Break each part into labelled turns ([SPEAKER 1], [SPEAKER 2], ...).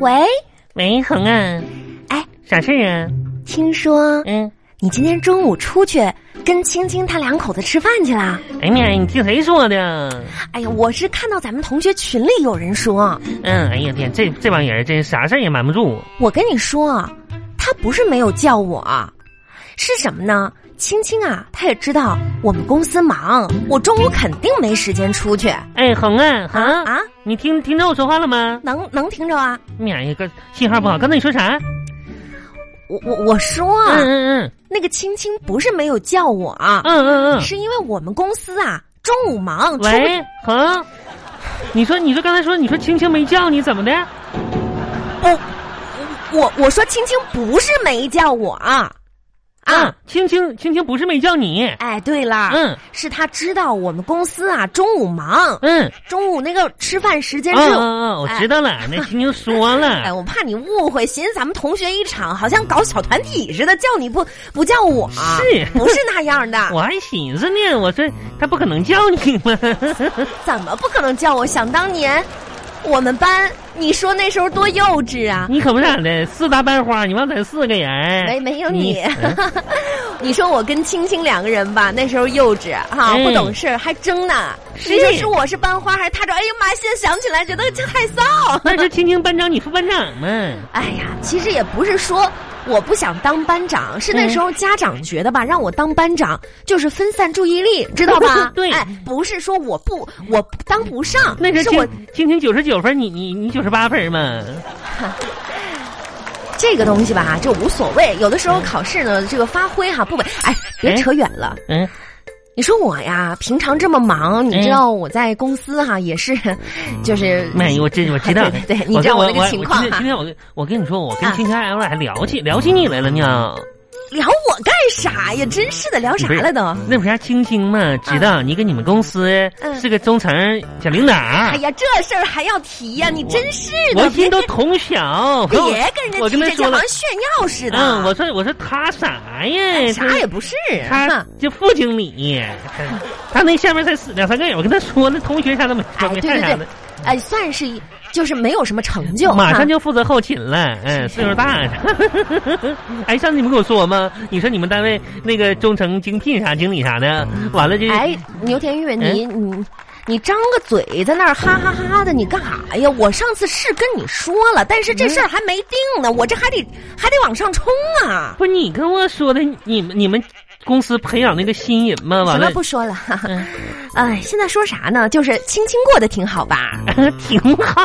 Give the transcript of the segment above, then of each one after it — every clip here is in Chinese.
[SPEAKER 1] 喂，
[SPEAKER 2] 喂，恒啊，
[SPEAKER 1] 哎，
[SPEAKER 2] 啥事儿啊？
[SPEAKER 1] 听说
[SPEAKER 2] 嗯，
[SPEAKER 1] 你今天中午出去跟青青他两口子吃饭去了？
[SPEAKER 2] 哎呀妈呀，你听谁说的？
[SPEAKER 1] 哎呀，我是看到咱们同学群里有人说，
[SPEAKER 2] 嗯，哎呀天，这这帮人真是啥事儿也瞒不住。
[SPEAKER 1] 我跟你说，他不是没有叫我，是什么呢？青青啊，他也知道我们公司忙，我中午肯定没时间出去啊
[SPEAKER 2] 哎，恒啊，恒，
[SPEAKER 1] 啊，
[SPEAKER 2] 你听听着我说话了吗？
[SPEAKER 1] 能能听着啊？
[SPEAKER 2] 哎呀妈呀，个信号不好。刚才你说啥？
[SPEAKER 1] 我我我说，啊
[SPEAKER 2] 嗯嗯
[SPEAKER 1] 那个青青不是没有叫我啊，
[SPEAKER 2] 嗯嗯嗯嗯。
[SPEAKER 1] 是因为我们公司啊中午忙，出不
[SPEAKER 2] 喂，恒，你说你说刚才说你说青青没叫你怎么的？
[SPEAKER 1] 啊我我我说青青不是没叫我啊，啊，
[SPEAKER 2] 嗯，青青青青不是没叫你。
[SPEAKER 1] 哎，对了，
[SPEAKER 2] 嗯
[SPEAKER 1] 是他知道我们公司啊中午忙，
[SPEAKER 2] 嗯，
[SPEAKER 1] 中午那个吃饭时间
[SPEAKER 2] 嗯
[SPEAKER 1] 是，
[SPEAKER 2] 嗯嗯，我知道了，那青青说
[SPEAKER 1] 哎，
[SPEAKER 2] 了。
[SPEAKER 1] 我怕你误会，寻思咱们同学一场，好像搞小团体似的，叫你不不叫我，
[SPEAKER 2] 是
[SPEAKER 1] 不是那样的？
[SPEAKER 2] 我还寻思呢，我说他不可能叫你吗？
[SPEAKER 1] 怎么不可能叫我？想当年，我们班你说那时候多幼稚啊！
[SPEAKER 2] 你可不咋的，四大班花，你忘咱四个人，
[SPEAKER 1] 没没有
[SPEAKER 2] 嗯你 嗯
[SPEAKER 1] 你， 你说我跟青青两个人吧，那时候幼稚哈、
[SPEAKER 2] 嗯
[SPEAKER 1] 不懂事儿，还争呢。
[SPEAKER 2] 是
[SPEAKER 1] 你说是我是班花还是他说？哎呀妈，现在想起来觉得这害臊。
[SPEAKER 2] 那是青青班长，你副班长嘛。
[SPEAKER 1] 哎呀，其实也不是说我不想当班长，是
[SPEAKER 2] 嗯
[SPEAKER 1] 那时候家长觉得吧，让我当班长就是分散注意力，知道吧
[SPEAKER 2] ？对
[SPEAKER 1] 哎，不是说我不我当不上，
[SPEAKER 2] 那是
[SPEAKER 1] 是
[SPEAKER 2] 青
[SPEAKER 1] 我
[SPEAKER 2] 青青九十九分，你你你九十八分嘛？
[SPEAKER 1] 这个东西吧就无所谓。有的时候考试呢，这个发挥哈不稳。哎，别
[SPEAKER 2] 哎
[SPEAKER 1] 扯远了。
[SPEAKER 2] 嗯，
[SPEAKER 1] 你说我呀，平常这么忙，你
[SPEAKER 2] 嗯
[SPEAKER 1] 知道我在公司哈、也是， 就是，
[SPEAKER 2] 妈呀，我知我知道
[SPEAKER 1] 对对对你知道
[SPEAKER 2] 我
[SPEAKER 1] 我那个情况
[SPEAKER 2] 我今
[SPEAKER 1] 哈
[SPEAKER 2] 天今天我跟我跟你说，我跟
[SPEAKER 1] 啊
[SPEAKER 2] 青青 L 还聊起聊起你来了呢。
[SPEAKER 1] 聊我干啥呀？真是的，聊啥了都？
[SPEAKER 2] 那不是青青嘛？知道你跟你们公司
[SPEAKER 1] 嗯
[SPEAKER 2] 是个中层小领导，
[SPEAKER 1] 哎呀，这事儿还要提呀、你真是
[SPEAKER 2] 我
[SPEAKER 1] 的，
[SPEAKER 2] 心
[SPEAKER 1] 别
[SPEAKER 2] 都
[SPEAKER 1] 跟
[SPEAKER 2] 同小。可我
[SPEAKER 1] 别跟人家
[SPEAKER 2] 我
[SPEAKER 1] 提
[SPEAKER 2] 跟他
[SPEAKER 1] 这些，
[SPEAKER 2] 说
[SPEAKER 1] 好
[SPEAKER 2] 了
[SPEAKER 1] 像，炫耀似的。哎
[SPEAKER 2] 嗯，我说我说他啥呀？
[SPEAKER 1] 啥也不是，
[SPEAKER 2] 他
[SPEAKER 1] 哼
[SPEAKER 2] 就副经理， 他那下面才四两三个人，我跟他说那同学啥都没
[SPEAKER 1] 哎
[SPEAKER 2] 说，没
[SPEAKER 1] 对
[SPEAKER 2] 干
[SPEAKER 1] 对
[SPEAKER 2] 啥
[SPEAKER 1] 对
[SPEAKER 2] 的，
[SPEAKER 1] 哎，算是一就是没有什么成就，
[SPEAKER 2] 马
[SPEAKER 1] 哈
[SPEAKER 2] 上就负责后勤了，嗯，岁数大了。 哎，上次你不跟我说吗？你说你们单位那个中层精聘啥经理啥的，完了就
[SPEAKER 1] 哎，牛田玉，你你你张个嘴在那儿哈哈哈哈的，你干啥呀？我上次是跟你说了，但是这事儿还没定
[SPEAKER 2] 嗯
[SPEAKER 1] 呢，我这还得还得往上冲啊！
[SPEAKER 2] 不是你跟我说的，你们你们公司培养那个新人吗？
[SPEAKER 1] 什
[SPEAKER 2] 完
[SPEAKER 1] 么
[SPEAKER 2] 了
[SPEAKER 1] 不说了，哈哈
[SPEAKER 2] 嗯
[SPEAKER 1] 哎，现在说啥呢？就是亲亲过得挺好吧？
[SPEAKER 2] 嗯 挺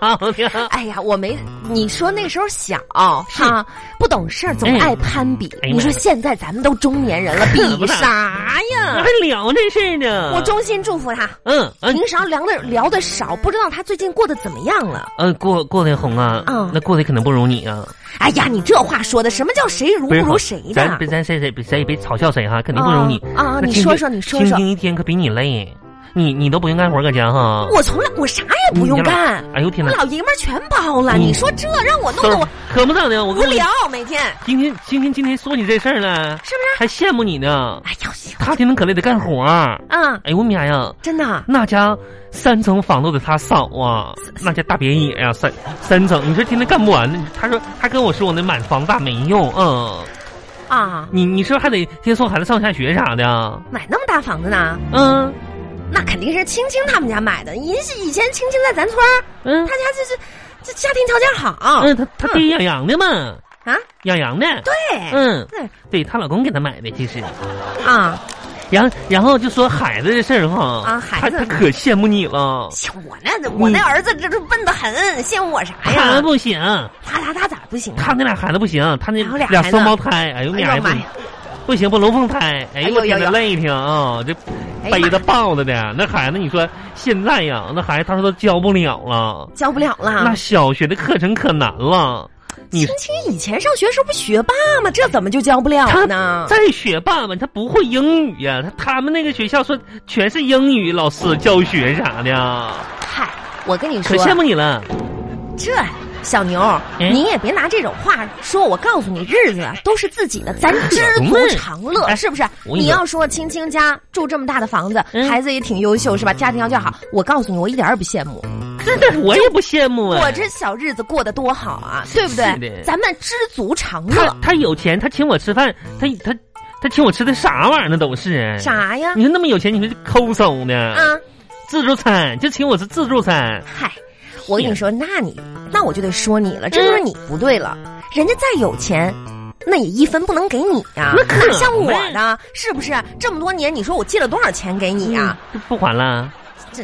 [SPEAKER 2] 好 的。
[SPEAKER 1] 哎呀，我没你说那时候小哈，不懂事儿，总
[SPEAKER 2] 嗯
[SPEAKER 1] 爱攀比。
[SPEAKER 2] 哎呀
[SPEAKER 1] 你说
[SPEAKER 2] 妈呀
[SPEAKER 1] 现在咱们都中年 人了，比啥呀
[SPEAKER 2] 还？聊这事儿呢？
[SPEAKER 1] 我衷心祝福他。
[SPEAKER 2] 嗯嗯
[SPEAKER 1] 平常聊的聊的少，不知道他最近过得怎么样了。
[SPEAKER 2] 嗯，过过得红啊
[SPEAKER 1] 嗯，
[SPEAKER 2] 那过得可能不如你啊。
[SPEAKER 1] 哎呀，你这话说的，什么叫谁如不
[SPEAKER 2] 是
[SPEAKER 1] 如谁的？
[SPEAKER 2] 咱别咱谁谁别谁也别嘲笑谁哈，肯定不如你
[SPEAKER 1] 啊啊
[SPEAKER 2] 那
[SPEAKER 1] 你
[SPEAKER 2] 青
[SPEAKER 1] 说
[SPEAKER 2] 青
[SPEAKER 1] 说你说
[SPEAKER 2] 青
[SPEAKER 1] 说
[SPEAKER 2] 青一天可比你累，你你都不用干活搁家哈。
[SPEAKER 1] 我从来我啥也不用干，
[SPEAKER 2] 哎呦天
[SPEAKER 1] 我
[SPEAKER 2] 哪，
[SPEAKER 1] 老爷们儿全包了。
[SPEAKER 2] 你
[SPEAKER 1] 你说这让我弄
[SPEAKER 2] 嗯都
[SPEAKER 1] 得
[SPEAKER 2] 是
[SPEAKER 1] 我
[SPEAKER 2] 可不咋的，我
[SPEAKER 1] 无
[SPEAKER 2] 跟你
[SPEAKER 1] 聊，每天
[SPEAKER 2] 今天今天今天说你这事儿了，
[SPEAKER 1] 是不是？
[SPEAKER 2] 还羡慕你呢。
[SPEAKER 1] 哎呦，
[SPEAKER 2] 他天天可累得干活儿，
[SPEAKER 1] 啊，
[SPEAKER 2] 哎呦我妈呀，
[SPEAKER 1] 真的，
[SPEAKER 2] 那家三层房都得他扫啊，那家大别野呀、三三层，你说天天干不完呢。他说他跟我说呢，满房大没用，嗯，
[SPEAKER 1] 啊，
[SPEAKER 2] 你你是不是还得先送孩子上下学啥的？
[SPEAKER 1] 买那么大房子呢？
[SPEAKER 2] 嗯
[SPEAKER 1] 那肯定是青青他们家买的。人家以前青青在咱村儿，
[SPEAKER 2] 嗯
[SPEAKER 1] 他。家就是这家庭条件好、
[SPEAKER 2] 嗯，她她爹养羊的嘛，
[SPEAKER 1] 啊。
[SPEAKER 2] 养羊的。
[SPEAKER 1] 对，
[SPEAKER 2] 嗯，
[SPEAKER 1] 对
[SPEAKER 2] 对她老公给她买的，其实，
[SPEAKER 1] 啊
[SPEAKER 2] 然后然后就说孩子的事儿哈，
[SPEAKER 1] 啊孩子
[SPEAKER 2] 她她可羡慕你了，
[SPEAKER 1] 我那我那儿子这这笨得很，羡慕我啥
[SPEAKER 2] 他
[SPEAKER 1] 哎呀？
[SPEAKER 2] 嗯不行，
[SPEAKER 1] 他他他咋不行啊？
[SPEAKER 2] 他那俩孩子不行，他那
[SPEAKER 1] 哪有俩
[SPEAKER 2] 俩
[SPEAKER 1] 孩子
[SPEAKER 2] 双胞胎，哎呦
[SPEAKER 1] 哎呦
[SPEAKER 2] 妈呀，
[SPEAKER 1] 妈呀
[SPEAKER 2] 不不行，不龙凤胎，哎
[SPEAKER 1] 哎
[SPEAKER 2] 呦
[SPEAKER 1] 呦
[SPEAKER 2] 我天
[SPEAKER 1] 呦
[SPEAKER 2] 哪，
[SPEAKER 1] 呦
[SPEAKER 2] 累挺啊，这
[SPEAKER 1] 哎呀
[SPEAKER 2] 背
[SPEAKER 1] 妈
[SPEAKER 2] 的抱着的，那孩子你说现在呀，那孩子他说都教不了了，
[SPEAKER 1] 教不了了。
[SPEAKER 2] 那小学的课程可难了，你
[SPEAKER 1] 青青以前上学时候不学霸吗？这怎么就教不了
[SPEAKER 2] 他
[SPEAKER 1] 呢？
[SPEAKER 2] 再学霸吧，他不会英语啊呀、他他们那个学校说全是英语老师教学啥的，啊
[SPEAKER 1] 嗨，我跟你
[SPEAKER 2] 可
[SPEAKER 1] 说，
[SPEAKER 2] 羡慕你了。
[SPEAKER 1] 这小牛，
[SPEAKER 2] 嗯
[SPEAKER 1] 你也别拿这种话说。我告诉你，日子啊都是自己的，咱知足常乐，
[SPEAKER 2] 哎
[SPEAKER 1] 是不是？
[SPEAKER 2] 我跟你说
[SPEAKER 1] 你要说青青家住这么大的房子，
[SPEAKER 2] 嗯
[SPEAKER 1] 孩子也挺优秀，是吧？家庭条件好，我告诉你，我一点儿也不羡慕。
[SPEAKER 2] 是的， 我也不羡慕啊。
[SPEAKER 1] 嗯我这小日子过得多好啊，对不
[SPEAKER 2] 是
[SPEAKER 1] 对？
[SPEAKER 2] 的
[SPEAKER 1] 咱们知足常
[SPEAKER 2] 他
[SPEAKER 1] 乐。
[SPEAKER 2] 他有钱，他请我吃饭，他他他请我吃的啥玩意儿呢？都是？啊
[SPEAKER 1] 啥啊呀？
[SPEAKER 2] 你说那么有钱，你说这抠搜呢？
[SPEAKER 1] 啊，
[SPEAKER 2] 自助餐就请我吃自助餐，
[SPEAKER 1] 嗨，我跟你说，那你那我就得说你了，这就是
[SPEAKER 2] 嗯
[SPEAKER 1] 你不对了。人家再有钱，那也一分不能给你呀、
[SPEAKER 2] 那可
[SPEAKER 1] 哪像我
[SPEAKER 2] 呗
[SPEAKER 1] 呢？是不是？这么多年，你说我借了多少钱给你呀、啊
[SPEAKER 2] 嗯不还了。
[SPEAKER 1] 这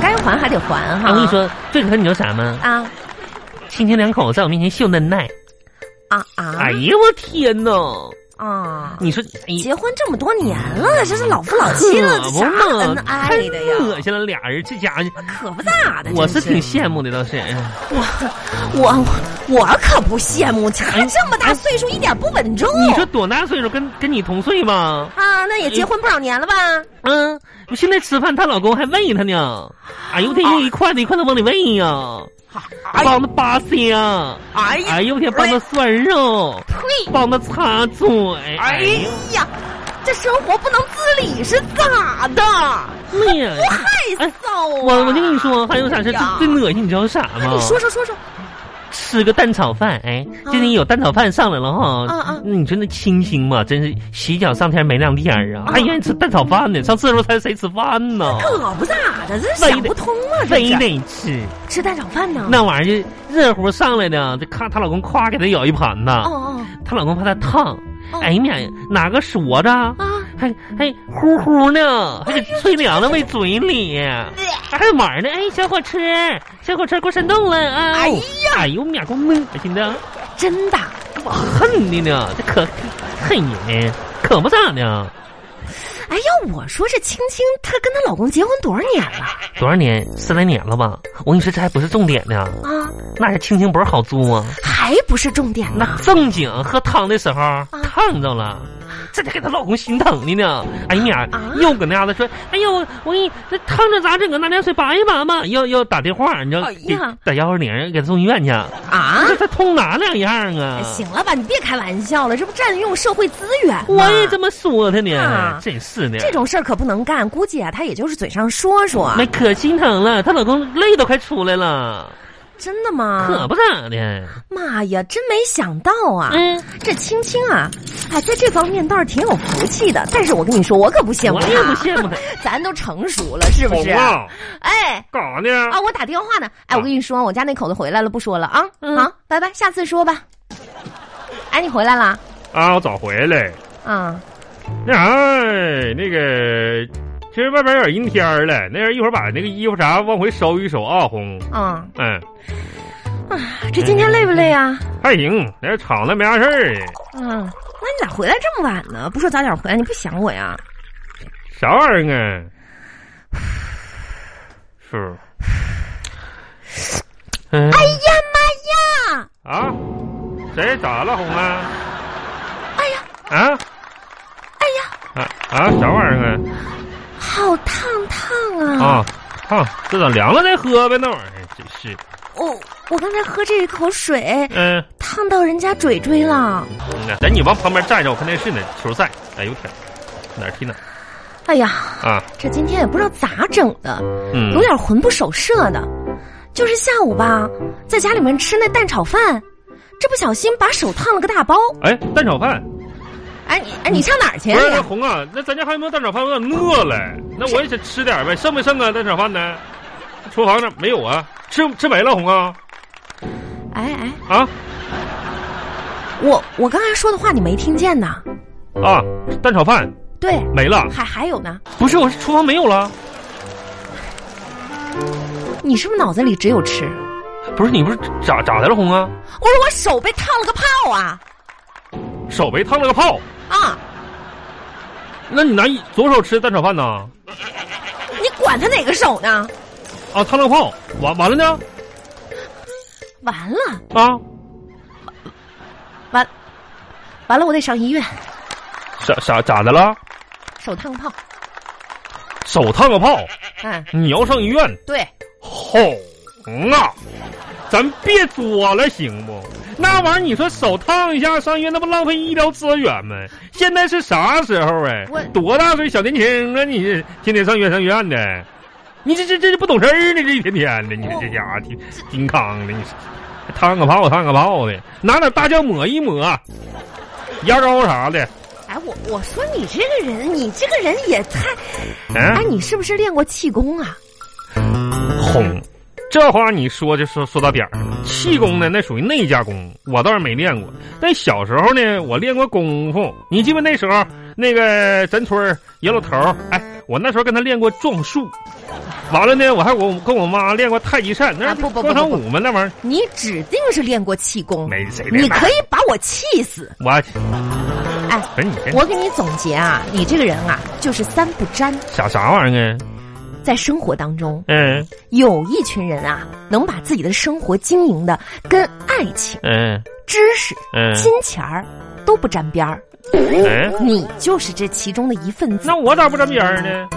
[SPEAKER 1] 该还还得还哈。
[SPEAKER 2] 嗯我跟你说，最可恨你知道啥吗？
[SPEAKER 1] 啊
[SPEAKER 2] 亲亲两口在我面前秀嫩耐，
[SPEAKER 1] 啊啊！
[SPEAKER 2] 哎呀，我天呐！
[SPEAKER 1] 啊！
[SPEAKER 2] 你说，哎呀，
[SPEAKER 1] 结婚这么多年了，这是老夫老妻了，这
[SPEAKER 2] 可
[SPEAKER 1] 啥
[SPEAKER 2] 不
[SPEAKER 1] 恩
[SPEAKER 2] 嘛，
[SPEAKER 1] 爱
[SPEAKER 2] 太
[SPEAKER 1] 的呀？
[SPEAKER 2] 恶心了，俩人这家伙，
[SPEAKER 1] 可不咋的，
[SPEAKER 2] 我
[SPEAKER 1] 真
[SPEAKER 2] 是
[SPEAKER 1] 是
[SPEAKER 2] 挺羡慕的，倒
[SPEAKER 1] 哎
[SPEAKER 2] 是。
[SPEAKER 1] 我我我可不羡慕，他这么大岁数一点不稳重。
[SPEAKER 2] 哎你说多大岁数跟跟你同岁吗？
[SPEAKER 1] 啊，那也结婚不少年了吧？
[SPEAKER 2] 嗯，我现在吃饭，她老公还喂她呢。哎呦我天，一筷子一筷子往里喂呀，帮她扒香。
[SPEAKER 1] 哎呀，
[SPEAKER 2] 哎呦我天，帮她涮肉，
[SPEAKER 1] 呸！
[SPEAKER 2] 帮她擦嘴。
[SPEAKER 1] 哎
[SPEAKER 2] 哎呀，
[SPEAKER 1] 呀，这生活不能自理是咋的？
[SPEAKER 2] 妹哎呀！
[SPEAKER 1] 太骚了！哎
[SPEAKER 2] 我我就跟你，说，还有啥事最最恶心，你知道啥吗？
[SPEAKER 1] 你哎说说说说，
[SPEAKER 2] 吃个蛋炒饭，哎，
[SPEAKER 1] 啊
[SPEAKER 2] 今天有蛋炒饭上来了哈。嗯
[SPEAKER 1] 啊啊
[SPEAKER 2] 那你说那清新嘛，真是洗脚上天没亮天儿啊！
[SPEAKER 1] 啊
[SPEAKER 2] 还愿意吃蛋炒饭呢，上自助餐谁吃饭呢？
[SPEAKER 1] 可不咋的，这
[SPEAKER 2] 哦非
[SPEAKER 1] 想
[SPEAKER 2] 得
[SPEAKER 1] 不通啊，这
[SPEAKER 2] 非
[SPEAKER 1] 是
[SPEAKER 2] 得吃
[SPEAKER 1] 吃蛋炒饭呢？
[SPEAKER 2] 那玩意儿，热乎上来的，这咔，她老公夸给她舀一盘
[SPEAKER 1] 哦
[SPEAKER 2] 呢。
[SPEAKER 1] 哦
[SPEAKER 2] 她老公怕她烫，
[SPEAKER 1] 哦
[SPEAKER 2] 哎呀妈呀，拿个勺子，
[SPEAKER 1] 啊！
[SPEAKER 2] 还还呼呼呢，还给吹凉了喂嘴里。
[SPEAKER 1] 呃
[SPEAKER 2] 还玩呢，哎，小火车，小火车过山洞了啊！
[SPEAKER 1] 哎呀，
[SPEAKER 2] 哎呦妈，给我恶心的！
[SPEAKER 1] 真的，
[SPEAKER 2] 我恨的呢，这可恨人，可不咋的。
[SPEAKER 1] 哎，要我说这青青，她跟她老公结婚多少年了
[SPEAKER 2] 多少年，十来年了吧？我跟你说，这还不是重点呢。
[SPEAKER 1] 啊？
[SPEAKER 2] 那家青青不是好租啊？
[SPEAKER 1] 还不是重点
[SPEAKER 2] 那
[SPEAKER 1] 呢？
[SPEAKER 2] 正经喝汤的时候
[SPEAKER 1] 啊
[SPEAKER 2] 烫着了，这得给她老公心疼的呢。哎呀妈呀
[SPEAKER 1] 啊，
[SPEAKER 2] 又搁那丫头说，哎呦，我我给你这烫着咋整啊？拿凉水拔一拔嘛。要要打电话，你知道
[SPEAKER 1] 哎呀，
[SPEAKER 2] 给打幺二零给她送医院去。
[SPEAKER 1] 啊？哎
[SPEAKER 2] 这她痛哪两样啊？
[SPEAKER 1] 行了吧，你别开玩笑了，这不占用社会资源吗？
[SPEAKER 2] 我也这么说她
[SPEAKER 1] 啊
[SPEAKER 2] 呢，真是的。
[SPEAKER 1] 这种啊事儿可不能干，估计啊，她也就是嘴上说说。
[SPEAKER 2] 那可心疼了，她老公泪都快出来了，
[SPEAKER 1] 真的吗？
[SPEAKER 2] 可不咋的。
[SPEAKER 1] 妈呀，真没想到啊！
[SPEAKER 2] 嗯，
[SPEAKER 1] 这青青啊，哎，在这方面倒是挺有福气的。但是我跟你说，我可不羡慕
[SPEAKER 2] 我
[SPEAKER 1] 她，
[SPEAKER 2] 也不羡慕她，
[SPEAKER 1] 咱都成熟了，是不是？
[SPEAKER 3] 啊
[SPEAKER 1] 哎。
[SPEAKER 2] 干啥呢
[SPEAKER 1] 啊，我打电话呢。哎，我跟你说，我家那口子回来了，不说了啊。
[SPEAKER 2] 嗯
[SPEAKER 1] 好，拜拜，下次说吧。哎，你回来啦？
[SPEAKER 3] 啊，我早回来。
[SPEAKER 1] 啊，
[SPEAKER 3] 那啥，哎那个，其实外边有点阴天儿了，那人一会儿把那个衣服啥往回收一收啊，红。
[SPEAKER 1] 嗯，
[SPEAKER 3] 嗯，
[SPEAKER 1] 这今天累不累啊？
[SPEAKER 3] 还行，那厂子没啥事儿，
[SPEAKER 1] 嗯，那你咋回来这么晚呢？不说早点回来，你不想我呀？
[SPEAKER 3] 啥玩意儿啊？是。
[SPEAKER 1] 呀
[SPEAKER 2] 嗯，
[SPEAKER 1] 妈呀！
[SPEAKER 3] 啊？谁咋了，红啊？哎呀！啊？
[SPEAKER 1] 哎呀，
[SPEAKER 3] 啊啊！啥玩意儿
[SPEAKER 1] 好烫烫
[SPEAKER 3] 啊？
[SPEAKER 1] 啊！
[SPEAKER 3] 啊啊！这咋凉了再喝呗？那玩意儿哎真是。
[SPEAKER 1] 我我刚才喝这一口水，
[SPEAKER 3] 嗯、
[SPEAKER 1] 烫到人家嘴嘴了。
[SPEAKER 3] 嗯呐，等你往旁边站着，我看电视呢，球赛。哎呦我天，哪儿踢哪儿
[SPEAKER 1] 哎呀，
[SPEAKER 3] 啊？
[SPEAKER 1] 这今天也不知道咋整的，
[SPEAKER 3] 嗯，
[SPEAKER 1] 有点魂不守舍的。就是下午吧，在家里面吃那蛋炒饭，这不小心把手烫了个大包。
[SPEAKER 3] 哎，蛋炒饭
[SPEAKER 1] 哎你哎你上哪儿去
[SPEAKER 3] 不是那
[SPEAKER 1] 啊
[SPEAKER 3] 红啊？那咱家还有没有蛋炒饭？我有点饿了，那我也想吃点呗，剩没剩啊？蛋炒饭呢？厨房这没有啊？吃吃没了，红啊
[SPEAKER 1] 你？哎哎，
[SPEAKER 3] 啊
[SPEAKER 1] 我我刚才说的话你没听见呢？
[SPEAKER 3] 啊！蛋炒饭
[SPEAKER 1] 对，
[SPEAKER 3] 没了，
[SPEAKER 1] 还还有呢，
[SPEAKER 3] 不是，我是厨房没有了，
[SPEAKER 1] 你是不是脑子里只有吃？
[SPEAKER 3] 不是你不是咋咋的了，红啊？
[SPEAKER 1] 我说我手被烫了个泡啊
[SPEAKER 3] 手被烫了个泡，
[SPEAKER 1] 啊！
[SPEAKER 3] 那你拿一左手吃蛋炒饭呢？
[SPEAKER 1] 你管他哪个手呢？
[SPEAKER 3] 啊，烫了个泡，完完了呢？
[SPEAKER 1] 完了
[SPEAKER 3] 啊，
[SPEAKER 1] 完，完了我得上医院，
[SPEAKER 3] 啥啥咋的了？
[SPEAKER 1] 手烫泡。
[SPEAKER 3] 手烫个泡，
[SPEAKER 1] 嗯，
[SPEAKER 3] 你要上医院？
[SPEAKER 1] 对，
[SPEAKER 3] 红啊，咱别作了行不？那玩意儿你说手烫一下上医院，那不浪费医疗资源吗？现在是啥时候啊
[SPEAKER 1] 我？
[SPEAKER 3] 多大岁小年轻啊你？天天上医院上医院的，你这这这不懂事儿呢，这一天天的，你这这家伙挺挺康的，你还烫个泡烫个泡的，拿点大酱抹一抹，牙膏啥的，
[SPEAKER 1] 哎，我我说你这个人，你这个人也太……
[SPEAKER 3] 嗯
[SPEAKER 1] 哎，，你是不是练过气功啊？
[SPEAKER 3] 哄。这话你说就说说到点儿上了。气功呢，那属于内家功，我倒是没练过。但小时候呢，我练过功夫。你记不？那时候那个咱村儿野老头儿，哎，我那时候跟他练过撞树，完了呢，我还我跟我妈练过太极扇，那
[SPEAKER 1] 啊不不不
[SPEAKER 3] 广场
[SPEAKER 1] 不
[SPEAKER 3] 舞嘛，那玩意儿
[SPEAKER 1] 你指定是练过气功，
[SPEAKER 3] 没谁练
[SPEAKER 1] 你
[SPEAKER 3] 那
[SPEAKER 1] 可以把我气死！
[SPEAKER 3] 我
[SPEAKER 1] 哎，
[SPEAKER 3] 不是你这
[SPEAKER 1] 我给你总结啊，你这个人啊，就是三不沾。
[SPEAKER 3] 想啥玩意儿啊？
[SPEAKER 1] 在生活当中，
[SPEAKER 3] 嗯
[SPEAKER 1] 有一群人啊，能把自己的生活经营的跟爱情、
[SPEAKER 3] 嗯
[SPEAKER 1] 知识、
[SPEAKER 3] 嗯
[SPEAKER 1] 金钱儿都不沾边儿。
[SPEAKER 3] 嗯，
[SPEAKER 1] 你就是这其中的一份子
[SPEAKER 3] 那，我咋不沾边儿呢？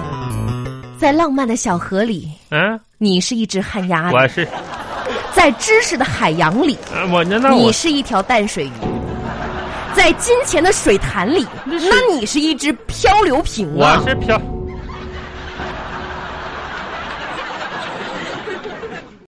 [SPEAKER 1] 在浪漫的小河里，
[SPEAKER 2] 啊
[SPEAKER 3] 嗯，
[SPEAKER 1] 你是一只旱鸭子；
[SPEAKER 3] 我是
[SPEAKER 1] 在知识的海洋里，
[SPEAKER 3] 啊我那那我
[SPEAKER 1] 你是一条淡水鱼；在金钱的水潭里，那你是一只漂流瓶
[SPEAKER 3] 我
[SPEAKER 1] 啊！
[SPEAKER 3] 是漂